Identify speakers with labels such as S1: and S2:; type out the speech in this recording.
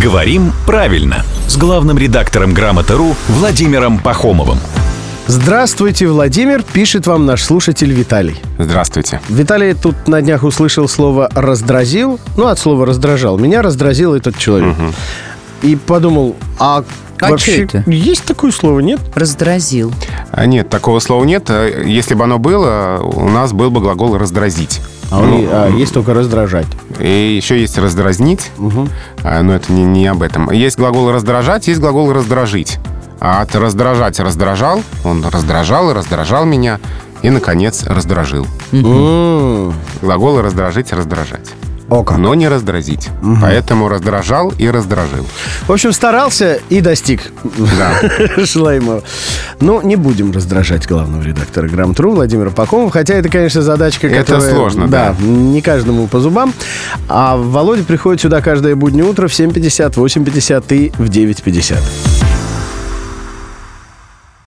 S1: «Говорим правильно» с главным редактором «Грамоты.ру» Владимиром Пахомовым.
S2: Здравствуйте, Владимир, пишет вам наш слушатель Виталий.
S3: Здравствуйте.
S2: Виталий тут на днях услышал слово «раздразил», ну, от слова «раздражал». Меня раздразил этот человек. И подумал, а,
S4: А чё
S2: вообще
S4: это?
S2: есть такое слово, нет?
S4: Раздразил.
S3: А, Нет, такого слова нет. А, Если бы оно было, у нас был бы глагол «раздразить».
S2: А, он- а, есть только раздражать.
S3: И еще есть «раздразнить», А, но это не, не об этом. Есть глагол «раздражать», есть глагол «раздражить». А от «раздражать» раздражал, он раздражал и раздражал меня, и, наконец, раздражил.
S2: М,
S3: Глаголы «раздражить» и «раздражать».
S2: О как.
S3: Но не «раздразить». Поэтому «раздражал» и «раздражил».
S2: В общем, старался и достиг желаемого. Ну, не будем раздражать главного редактора Грамтру Владимира Пакомова, хотя это, конечно, задачка,
S3: Это
S2: которая...
S3: сложно, да.
S2: не каждому по зубам. А Володя приходит сюда каждое буднее утро в 7.50, 8.50 и в 9.50.